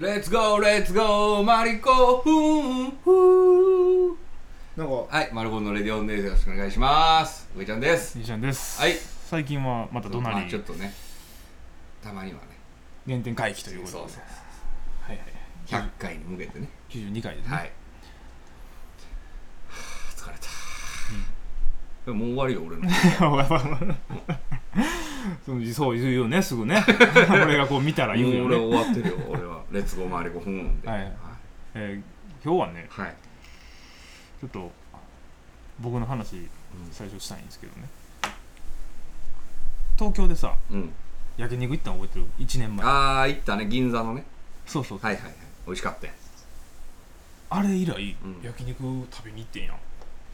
レッツゴーレッツゴーマリコふーんふーなんかはいマルコンのレディオンですよろしくお願いします上ちゃんですゆうちゃんです、はい最近はまた怒鳴まありちょっとねたまにはね原点回帰ということでそうそうはいはい100回に向けてね92回ですね、はいはあ疲れた、でももう終わりよ俺の そうそう言うよねすぐね 俺がこう見たら言うもうよ俺ね、終わってるよ 俺はレッツゴーマリコふーんでははいいえー今日はねはいちょっと僕の話最初したいんですけどね東京でさうん、焼肉行ったの覚えてる1年前ああ行ったね銀座のねそうそう、はいはいはい美味しかったよあれ以来、うん焼肉食べに行ってんやん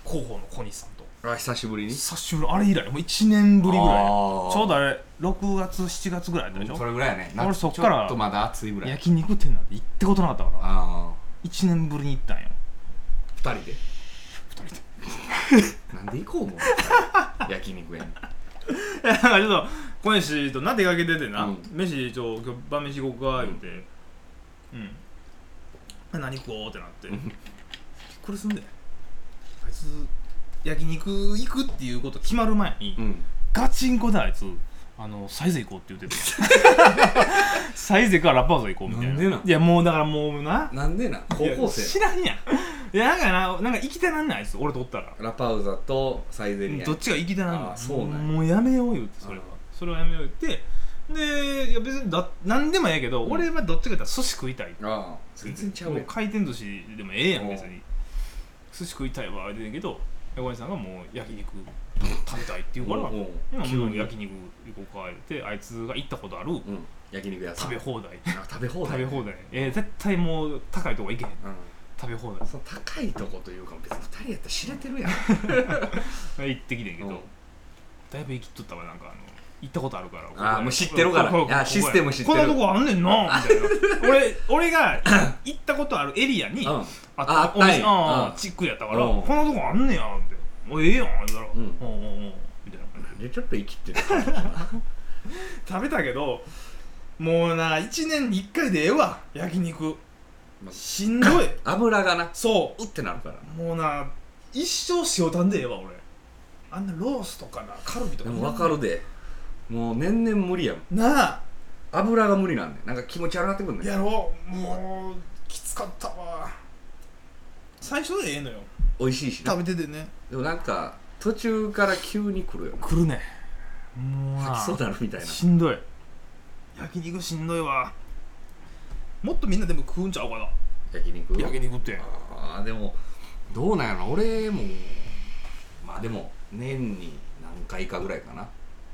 広報の小西さんとあ久しぶりに久しぶりあれ以来もう1年ぶりぐらいやちょだうどあれ6月7月ぐらいだったでしそょれぐらいやねな俺そっからちょっとまだ暑いぐらい焼肉店なんて行ってことなかったからああ1年ぶりに行ったんよ二人で2人でなんで行こうもん 焼肉屋になんか ちょっと小西とな出かけててな、うん飯ちょ今日晩飯行こうか言うてうん、何食おうってなってびっんくりすんであいつ焼肉行くっていうこと決まる前に、うんガチンコであいつあのサイゼ行こうって言 っててサイゼからラパーゾ行こうみたいななんでなんいやもうだからもうななんでな高いや校知生らんやんいやなんかななんか生きてなんないです俺とおったらラパウザとサイゼリアどっちが生きてなんあなーいそうなんやもうやめよう言ってそれはあそれはやめよう言ってでいや別にだ何でもええけど、うん俺はどっちか言ったら寿司食いたいああ全然ちゃうもやうん回転寿司でもええやおんう別に寿司食いたいはあれでええけど小林さんがもう焼肉食べたいって言うからおう今急もうに焼肉行こうか言ってあいつが行ったことあるうん焼肉屋さ食んべ放題あ食べ放食題べ放題えー絶対もう高いとこ行けへんうん食べ放題その高いとこというか別に二人やったら知れてるやん行ってきてんけど、うんだいぶ行きとったわなんかあの行ったことあるからここあーもう知ってるからここここあーシステム知ってるこんなとこあんねんなみたいな俺俺 が行ったことあるエリアにうんあああったんやお店あーうんチックやったからうんこんなとこあんねんやみたいなもうええやん言うたら、うんおうおうおうみたいな感じででちょっと生きてる感じだな食べたけどもうな1年に1回でええわ焼肉まあしんどい油がなそうってなるからもうな一生塩たんでええわ俺あんなロースとかなカルビとでかも分かるでもう年々無理やもんなあ油が無理なんでなんか気持ち悪なってくるんだやよろうもうきつかったわ最初でええのよ美味しいしな食べててねでもなんか途中から急に来るよな来るねもうな吐きそうになるみたいなしんどい焼肉しんどいわもっとみんなでも食うんちゃうかな焼肉焼肉ってああでもどうなんやろ俺もまあでも年に何回かぐらいかな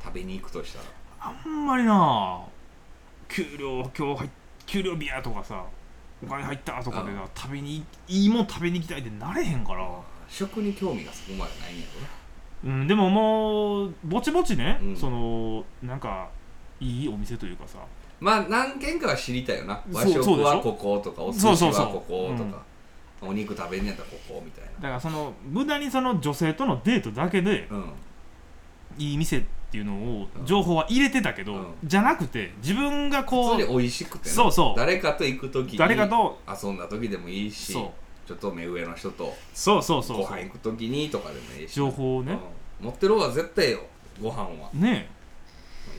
食べに行くとしたらあんまりな給料今日入っ給料日やとかさお金入ったとかでな食べにいいもん食べに行きたいってなれへんから食に興味がそこまでないんやうん、でももうぼちぼちね、うんそのなんかいいお店というかさろなまあ何軒かは知りたいよなそう和食そうはでしこょことかお寿そう司そうそうはこことうんかお肉食べんねやったらここみたいだからその無駄にその女性とのデートだけでなうんいい店っていうのをうん情報は入れてたけど、うんじゃなくて自分がこ普通うに美味しくてなそうそう誰かと行く時に誰かと遊んだ時でもいいしそうちょっと目上の人とそうそうそうごそう飯行く時にとかでもいいし情報をね、うん持ってる方が絶対よご飯はねえ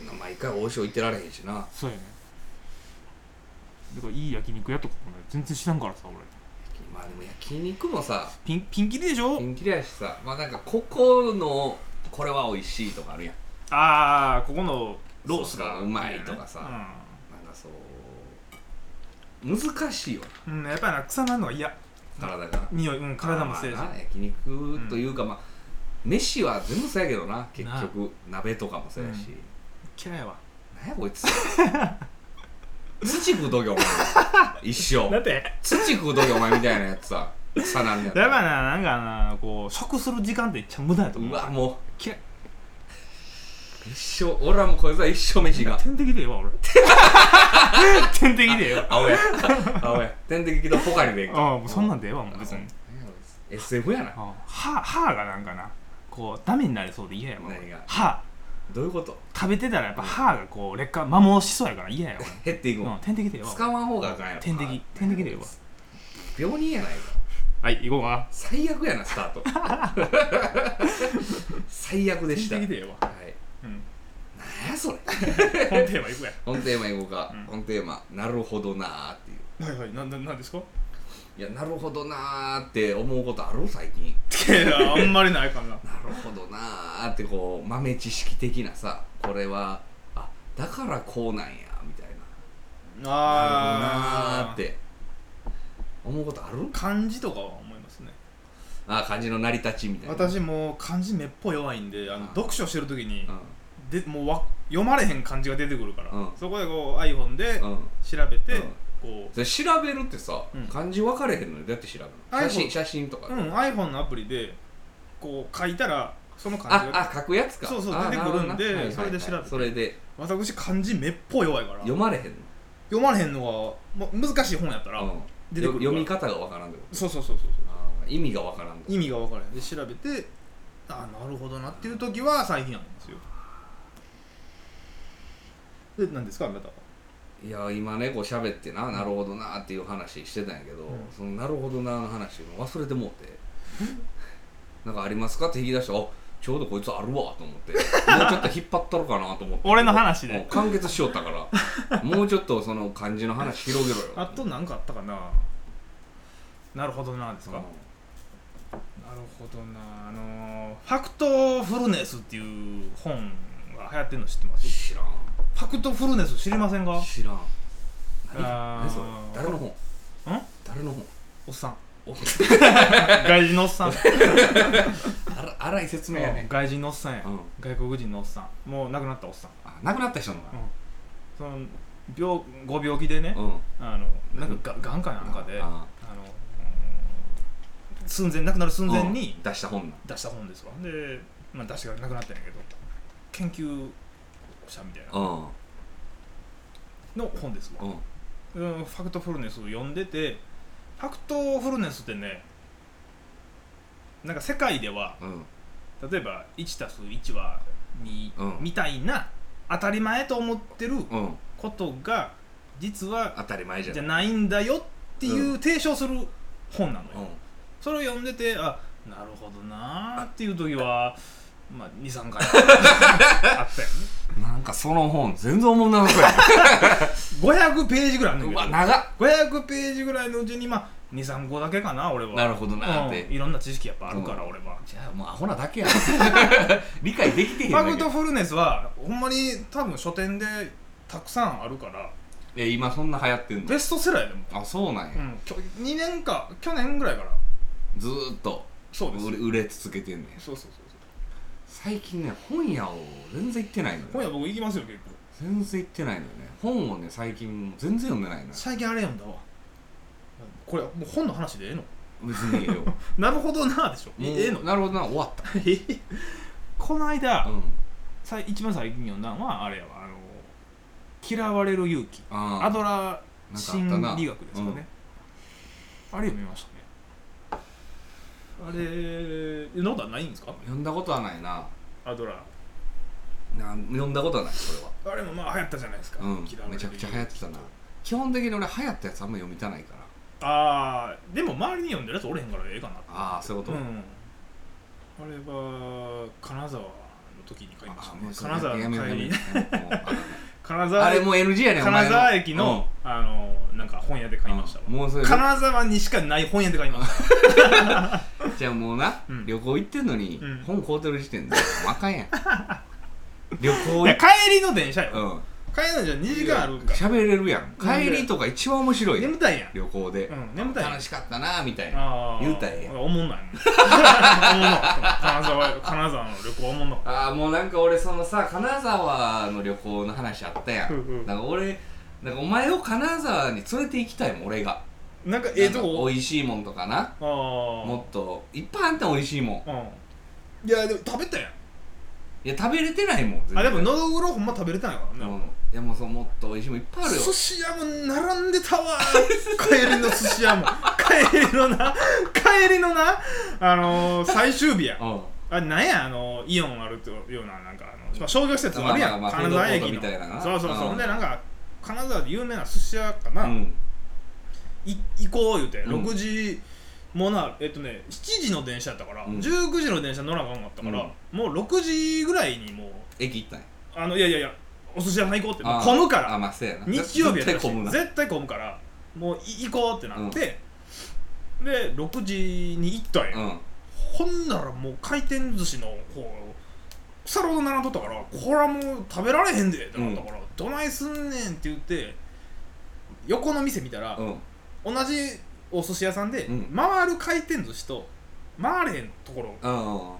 そんな毎回王将行ってられへんしなそうやねだからいい焼肉屋とかもね全然知らんからさ俺まあでも焼肉もさピンピンキリでしょ人気だしさまあなんかここのこれは美味しいとかあるやんああここのロースがそうそううまいとかさなんかそう難しいようん、うん、やっぱりな臭なるのが嫌な体が匂い、うん、体もせえしまあな焼肉というか、まあ飯は全部そうやけどな結局鍋とかもそうやし、嫌いやわなんやこい つ土食うとけお前一 だ生って土食うとけお前みたいなやつさ草なんやったやっぱななんかなこう食する時間っていっちゃ無駄やと思ううわも嫌いう一生俺はもうこいつは一生飯が天敵でええわ 俺天敵でええわ青や青や天敵とポカリでいいんかああもうそんなんでええわもう別に何やろ SF やなああ歯歯がなんかなこうダメになりそうで嫌やわ俺何が歯どういうこと食べてたらやっぱ歯がこう劣化摩耗しそうやから嫌やわ減っていく俺、うんわ、点滴でよ使わん方があかんやろ点滴点滴でよ病人やないかはい行こうか最悪やなスタート 最悪でした点はい滴でようん何やそれ本テーマ行こ本テーマいこうか、うん本テーマ「なるほどなー」っていううやはいはいなななんですかいやなるほどなーって思うことある最近いやあんまりないかな なるほどなーってこう豆知識的なさこれはあだからこうなんやみたいななるほどなーって思うことある漢字とかは思いますねあ漢字の成り立ちみたいな私もう漢字めっぽい弱いんであうのん読書してる時にうでもうわ読まれへん漢字が出てくるから、うんそこでこう iPhone でん、うん、調べて、うんこそれ調べるってさ、うん漢字分かれへんのにどうやって調べるの写 iPhone 真写真とか、う、うん、iPhone のアプリでこう書いたらその漢字がああ書くやつかそうそうあ出てくるんなほでどなはいはいはいそれで調べてそれで私漢字めっぽい弱いから読まれへんの読まれへんのが、ま、難しい本やったら、うん出てくるからよ読み方がわからんってことそうそうそうそうそあー意味がわからんとう意味が分からへんで調べてあなるほどなっていう時は最近なんですよで何ですかあなたはいや今ねこう喋ってななるほどなっていう話してたんやけど、うんそのなるほどなの話も忘れてもうてなんかありますかって引き出してあちょうどこいつあるわと思ってもうちょっと引っ張ったろかなと思って俺の話でもう完結しよったから もうちょっとその漢字の話広げろよあと何かあったかななるほどなですか、うなるほどなあのーファクトフルネスっていう本が流行ってるの知ってまんす知らんファクトフルネス知りませんか知らん何あー何それ誰の本ん誰の本おっさんお 外人のおっさんあら荒い説明やね外人のおっさんや、うん外国人のおっさんもう亡くなったおっさんあ亡くなった人のその病ご病気でねがうんあのなんかががんかなんかであのあうーん寸前亡くなる寸前にうん出した本な出した本ですわで、まあ、出してから亡くなったんやけど研究者みたいなうんの本ですわうんうん、ファクトフルネスを読んでてファクトフルネスってねなんか世界ではうん例えば 1+1 は2、うんみたいな当たり前と思ってるうんことが実は当たり前じゃじなゃいないんだよっていう提唱する本なのよ、うんそれを読んでてあなるほどなーっていう時はまあ23回 あったよねなんかその本全然思んなさそうや500ページぐらいあるね んうだわけ長っど500ページぐらいのうちにまあ23個だけかな俺はなるほどなってうんいろんな知識やっぱあるから、うん俺はじゃあもうアホなだけや 理解できてへんフだァけクトフルネスはほんまに多分書店でたくさんあるからえ今そんな流行ってんのベストセラーやでも、あそうなんうやん、きょ2年か去年ぐらいからずーっとそうです売れ売れ続けてんねんそうそうそうそう最近ね本屋を全然行ってないのよ本屋僕行きますよ結構全然行ってないのよね本をね最近全然読んでないのよ最近あれ読んだわこれもう本の話でええの別 にええよもなるほどなでしょうええのなるほどな終わっこのた間、うんさい一番最近読んだのはあれやわあの嫌われる勇気あーアドラーなんか心あったな理学ですかね、あれ読みましたねあれ読んだことはないんですか読んだことはないなアドラなん読んだことはないそれはーあれもまあ流行ったじゃないですか、うん嫌われめる勇気ちゃくちゃ流行ってたな基本的に俺流行ったやつあんま読みたないからああでも周りに読んでるやつおれへんからええかなってああそういうこと、うん、あれは金沢の時に買いましたあねーもうそれ金沢やめよのう帰やめよりうやめようもう 金あ沢あれもう NG やねんお前金沢駅の、あのなんか本屋でうん買いましたわ、うんもうそれ金沢にしかない本屋で買いま したじゃあもうな、うん旅行行ってんのに、うん本買うてる時点でもうあかん やん旅行い行やっ帰りの電車よ、うん帰りのじゃ2時間あるんか喋れるやん帰りとか一番面白いやん眠たいやん旅行で、うん眠たいやん楽しかったなみたいなあー言うたらええやんおもんない もんおもんな金沢金沢の旅行おもんなああもうなんか俺そのさ金沢の旅行の話あったやんなんか俺なんかお前を金沢に連れて行きたいもん俺がなんかええとなんこか美味しいもんとかなああもっといっぱいあんた美味しいもんうんいやでも食べたやんいや食べれてないもん全然あでものどぐろほんま食べれてないかうらんねいやもうそうもっと美味しいもんいっぱいあるよ寿司屋も並んでたわ帰りの寿司屋も帰りのな帰りのなあのー、最終日やうんあなんやあのイオンあるってようななんかあの、まあ、商業施設もあるやん、まあまあまあ金沢駅フードコートのみたいななそうそうそう、うんほんでなんか金沢で有名な寿司屋かな、うんい行こう言うて、うん6時もなえっとね7時の電車やったから、うん19時の電車乗らなあかんかったから、もう6時ぐらいにもう駅行ったんやあのいやいやいやお寿司屋さん行こうってもあうー混むからあまあそうやな日曜日やっ絶た対ら混むな絶対混むからもうい行こうってなって、で6時に行ったんや、うんほんならもう回転寿司の方腐るほど並んどったからこれはもう食べられへんでってなったから、どないすんねんって言って横の店見たら、うん同じお寿司屋さんで、うん回る回転寿司と回れへんところ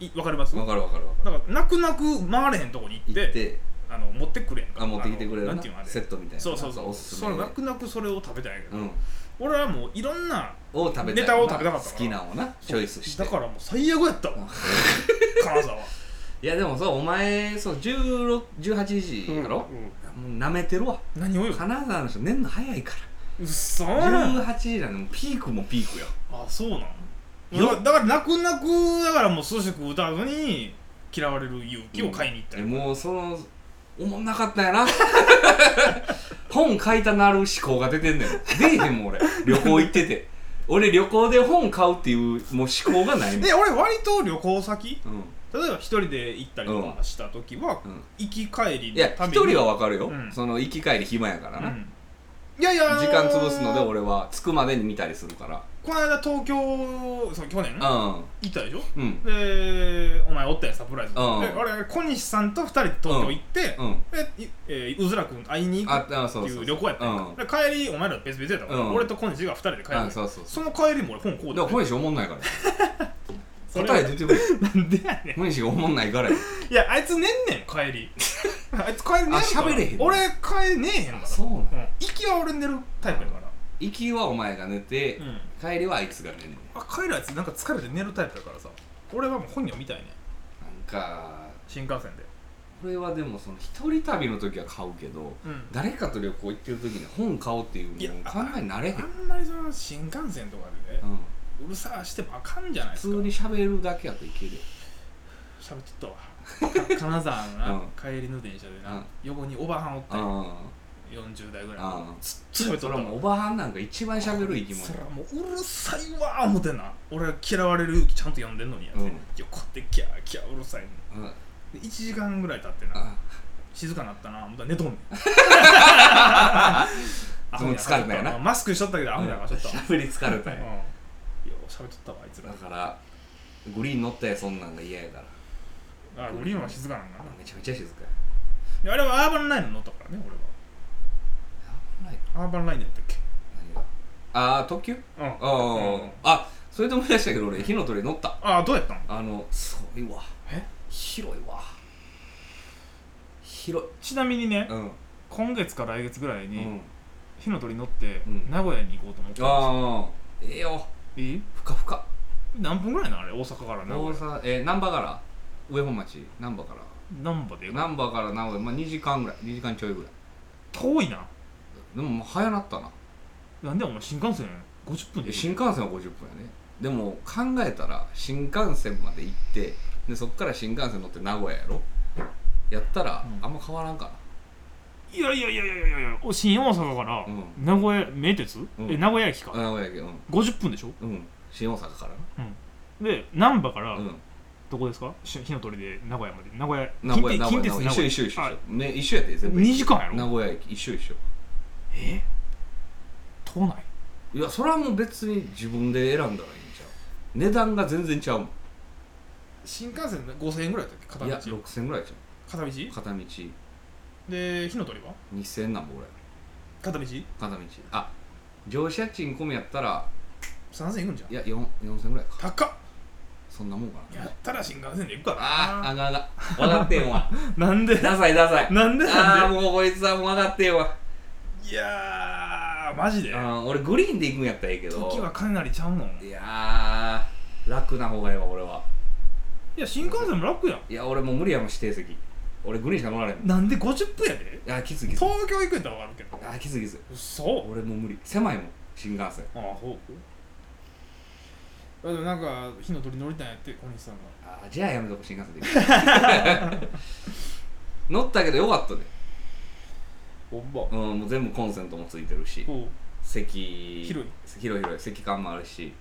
うんいわかりますうんわだかかるわかるわから泣く泣く回れへんとこに行っるて行ってあの持ってくれへんかあ持ってきてくれるあのななんていうのあれセットみたいなそうそうそうおすすそめれ泣く泣くそれを食べたんやけど、うん俺はもういろんなを食べたいネタを食べたかったから好きなのをなチョイスしてだからもう最悪やっ たわ金沢いやでもそうお前そう16 18時やろ、もう舐めてるわ何をよ金沢の人寝んの早いかうっそらー18時なんでもうピークもピークよあそうなんよだだから泣く泣くだからもう涼しく歌うのに嫌われる勇気を買いに行ったんえや、もうそのおもんなかったんやな 本買いたなる思考が出てんねん出えへんもん俺旅行行ってて俺旅行で本買うっていうもう思考がないもん、で俺割と旅行先うん例えば一人で行ったりとかした時は、うん、行き帰りいやの一ために人はわかるよ、うんその行き帰り暇やからな、うんいやいやあのー時間潰すので俺は着くまでに見たりするからこの間東京そう去年行うったでしょんうんでお前おったやんサプライズでうん俺小西さんと二人で東京行ってうんでいえーうずら君会いに行くああっそうそていうそうう旅行やったんやんうんかで帰りお前ら別々やったからうん俺と小西が二人で帰あるそうそうそその帰りも俺本こううでもだよ本心おもんないからそれ答え出てくるなんでやねん本心がおもんないからやいやあいつ寝んねん 帰りあいつ帰り寝んあ喋れへんの俺帰り寝えへんからうなうん行きは俺寝るタイプやから行きはお前が寝て、うん帰りはあいつが寝るのあ帰るやつなんか疲れて寝るタイプだからさ俺はもう本人を見たいねなんか新幹線でこれはでもその一人旅の時は買うけどうん誰かと旅行行ってる時に本買おうっていういやもう考えになれへん、うあん、んまりその新幹線とかでねうるさしてもあかんじゃない普で通すかに喋るだけやといけるよ喋っとったわか 金沢のな、うん帰りの電車でうな、ん横におばはんおったよう40代ぐらいんうのんずっと喋っとそれったはわもうおばはんなんか一番喋る生きそ物らやもううるさいわ思てんな俺嫌われる勇気ちゃんと呼んでんのにやって、うん横でキャーキャーうるさいうのんで1時間ぐらい経ってなあ静かになったな思ったら寝とんね んアホその疲れたんやなマスクしとったけどアホやからしとったわ喋り疲れたうんよよう喋っとったわあいつらだからグリーン乗ったやそんなんが嫌やからあグリーンは静かなんだなめちゃめちゃ静かやいやあれはアーバンラインの乗ったからね俺危ないはアーバンラインのやったっけ何がああ特急うんあー、うんあそれで思い出したけど俺火の鳥乗ったああどうやったんあのすごいわえ広いわ広いちなみにねうん今月か来月ぐらいうにん火の鳥乗ってうん名古屋に行こうと思ってまああええよすいいふかふか何分ぐらいなのあれ大阪から名古大屋阪えー、難波から上本町難波から難波で難波から名古屋まあ2時間ぐらい2時間ちょいぐらい遠いなでももう早なったななんでお前新幹線50分いやで新幹線は50分やねでも考えたら新幹線まで行ってでそっから新幹線乗って名古屋やろやったらうんあんま変わらんかいやいやいやいやいやいやお新大阪からうん名古屋名鉄、んえ名古屋駅か、な、名古屋やけど50分でしょうん、うん、新大阪かで難波からら、なうんどこですかし火の鳥で名古屋まで名古屋名古屋名近古鉄屋近名古屋一鉄名古緒一緒一緒あ一緒ね一緒やで全部2時間やろ名古屋駅一緒一緒え都内いやそれはもう別に自分で選んだらいいんちゃう値段が全然ちゃうもん新幹線で5000円ぐらいだったっいけや片道6000ぐらいちゃ片道う片道で火の鳥は2000なんぼぐらい片道片道あ乗車賃込みやったら3000円いくんじゃんいや4 4000ぐらいか高っそんなもんかなやったら新幹線で行くからあーあがあが分かってんわななんでダサいダサいなんであなあんでもうこいつはもう分かってんわ、いやーマジでうん、俺グリーンで行くんやったらええけど時はかなりちゃうのいやー楽な方がええわ俺はいや新幹線も楽やんいや俺もう無理やもん指定席俺グリーンしか乗られへんいなんで50分やでやきついきつい東京行くんだらわかるけどあーきついきつい嘘俺もう無理狭いもん新幹線ああそうでもなんか火の鳥乗りたいんやってお兄さんがあーじゃあやめとこ新幹線で 乗ったけどよかったね、おんばうん、もう全部コンセントもついてるしこ席広い広い広い席間もあるし、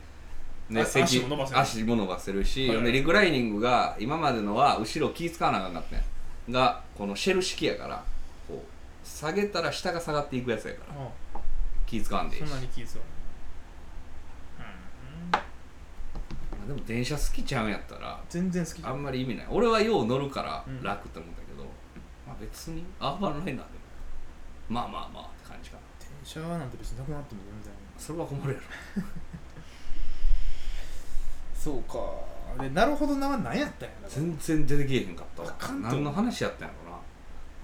あ足も伸ばせる足も伸ばせるし、はいはいでリクライニングが今までのは後ろ気使わなあかんかったんやがこのシェル式やからこう下げたら下が下がっていくやつやかうらあ気使わんでいいそんしなに気ぃすわうんまあでも電車好きちゃうんやったら全然好きじあゃないんまり意味ない俺はよう乗るからうん楽って思ったけど、まあ、別にアーバンライナーでもまあまあまあって感じかな電車なんて別になくなっても全然それは困るやろそうかでなるほどなは何やったんやだから全然出てけえへんかったあわかんと何の話やったんやろな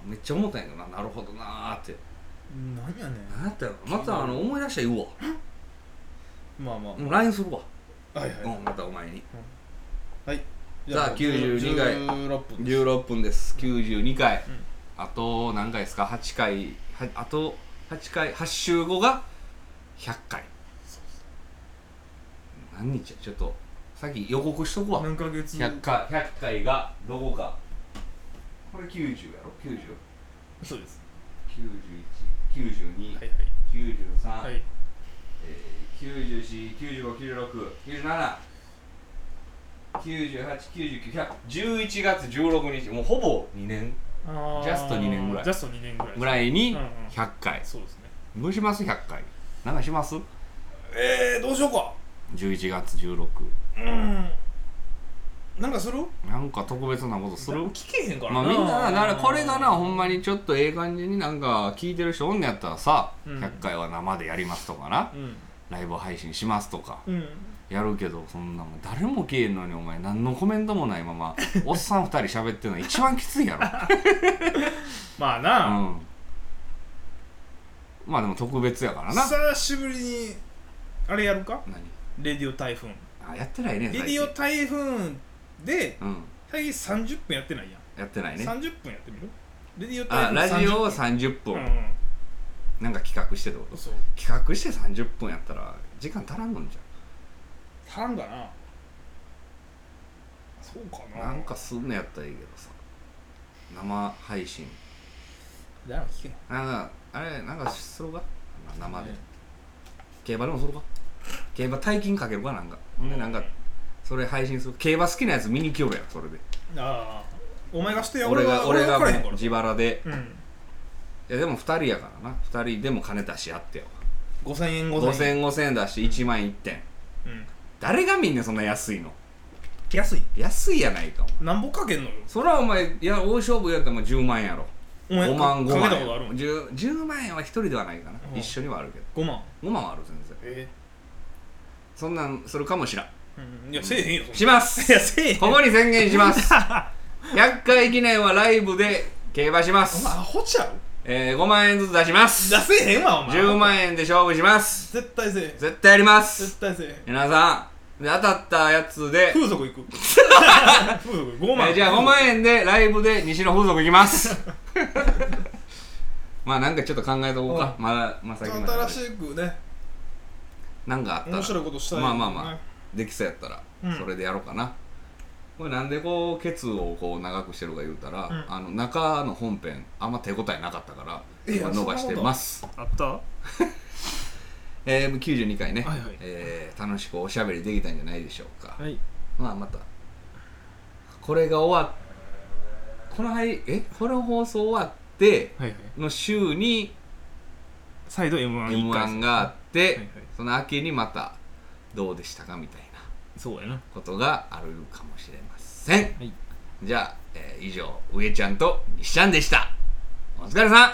めっちゃ思ったんやけどななるほどなーって何やねん何やったんやろなまたあの思い出したら言うわまあまもう LINE するわ、あはいうんは、またお前にいじゃあもう92回16分です16分です92回、うんあと何回ですか8回はあと8回8週後が100回何日やちょっとさっき予告しとくわ何ヶ月100回100回がどこかこれ90やろそうです909192、はい93、はいはいえー、94、95、96、97、98、99、100、11月16日、もうほぼ2年あージャスト二年ぐらいジャスト2年ぐらいぐらいにうんうん100回。そうですねどうします ?100 回。なんかしますえー、どうしようか ?11 月16。うんなんかするなんか特別なことする聞けへんからまなあみんなな、なこれがな、ほんまにちょっとええ感じになんか聞いてる人おんねやったらさ、うん100回は生でやりますとかな、うんライブ配信しますとか、うんやるけどそんなもん誰も消えんのにお前何のコメントもないま まおっさん2人喋ってるの一番きついやまあろ、うな、ん、まあでも特別やからな久しぶりにあれやるか何レディオ台風あやってないねレデ最近ィオ台風でうん最近30分やってないやん、やってないね30分やってみるレディオ台あ風ラジオを30 30分分、うんなんか企画してってことそう企画して30分やったら時間足らんのんじ足らんかなそうかゃんななんかすんのやったらいいけどさ生配信誰も聞けなないんかあれなんかするか生で、競馬でもするか競馬大金かけるかなんかほんでなんかそれ配信する競馬好きなやつ見に来ようやそれでああお前がしてや俺が俺がも分からへんかうら自腹でうんいやでも2人やからな2人でも金出し合ってよ5000円5000円5000 5000円出して1万1点うん誰がみんなそんな安いの安い安いやないかもなんぼかけんのよそらお前いや大勝負やったらもう10万円やろお前5万5か万けたことあるん 10, 10万円は1人ではないかなうん一緒にはあるけど5万5万はある全然えそんなんするかもしらんいやせえへんよそんなしますいやせえ へんここに宣言します100回記念はライブで競馬しまおす前ア、ホちゃうえー、5万円ずつ出します出せへんわお前10万円で勝負します絶対せえへん絶対やります絶対せえへん皆さんで当たったやつで、風俗行 く風俗5え万ーじゃあ5万円でライブで西の風俗行きます まあなんかちょっと考えとこうか、まだまさきまで新しくねなんかあった面白らいことしたいまあまあまあできそうやったら、うんそれでやろうかなこれなんでこうケツをこう長くしてるか言うたら、うんあの中の本編あんま手応えなかったからいや伸ばしてます、あったえー、92回ね、はいはいえー楽しくおしゃべりできたんじゃないでしょうか、はいまあまたこれが終わっこの配えこの放送終わってはいはいの週に再度 m 1 m 一回1があって、はいその秋にまたどうでしたかみたいなそうやなことがあるかもしれません、はいじゃあ、えー以上上ちゃんと西ちゃんでしたお疲れさん